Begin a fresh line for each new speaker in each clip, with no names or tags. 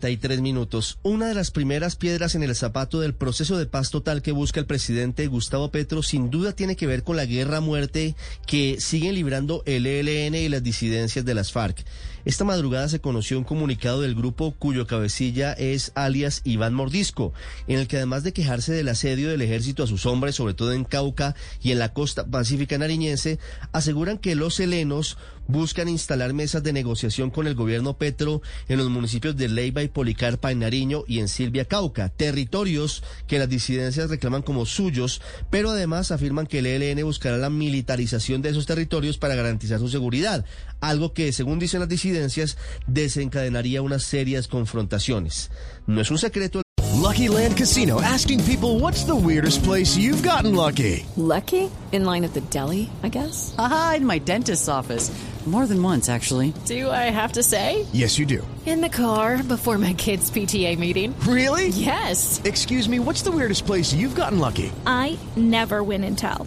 33 minutos. Una de las primeras piedras en el zapato del proceso de paz total que busca el presidente Gustavo Petro sin duda tiene que ver con la guerra a muerte que siguen librando el ELN y las disidencias de las FARC. Esta madrugada se conoció un comunicado del grupo cuyo cabecilla es alias Iván Mordisco, en el que además de quejarse del asedio del ejército a sus hombres, sobre todo en Cauca y en la costa pacífica nariñense, aseguran que los helenos buscan instalar mesas de negociación con el gobierno Petro en los municipios de Leyva y Policarpa en Nariño y en Silvia Cauca, territorios que las disidencias reclaman como suyos, pero además afirman que el ELN buscará la militarización de esos territorios para garantizar su seguridad, algo que, según dicen las disidencias, desencadenaría unas serias confrontaciones. No es un secreto.
Lucky Land Casino asking people what's the weirdest place you've gotten lucky?
Lucky? In line at the deli, I guess.
Aha, in my dentist's office. More than once, actually.
Do I have to say?
Yes, you do.
In the car before my kids' PTA meeting.
Really?
Yes.
Excuse me, what's the weirdest place you've gotten lucky?
I never win and tell.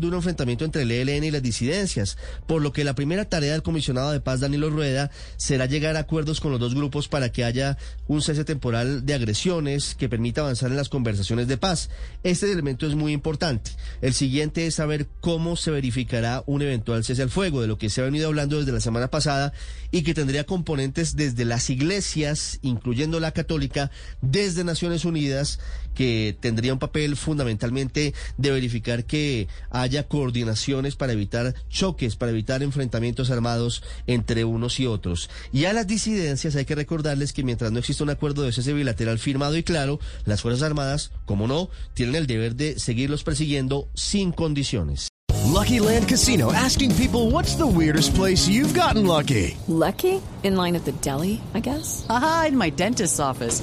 De un enfrentamiento entre el ELN y las disidencias, por lo que la primera tarea del comisionado de paz Danilo Rueda será llegar a acuerdos con los dos grupos para que haya un cese temporal de agresiones que permita avanzar en las conversaciones de paz. Este elemento es muy importante. El siguiente es saber cómo se verificará un eventual cese al fuego, de lo que se ha venido hablando desde la semana pasada y que tendría componentes desde las iglesias, incluyendo la católica, desde Naciones Unidas, que tendría un papel fundamentalmente de verificar que haya coordinaciones para evitar choques, para evitar enfrentamientos armados entre unos y otros. Y a las disidencias hay que recordarles que mientras no exista un acuerdo de cese bilateral firmado y claro, las Fuerzas Armadas, como no, tienen el deber de seguirlos persiguiendo sin condiciones.
Lucky Land Casino asking people what's the weirdest place you've gotten lucky?
Lucky? In line at the deli, I guess?
Aha, in my dentist's office.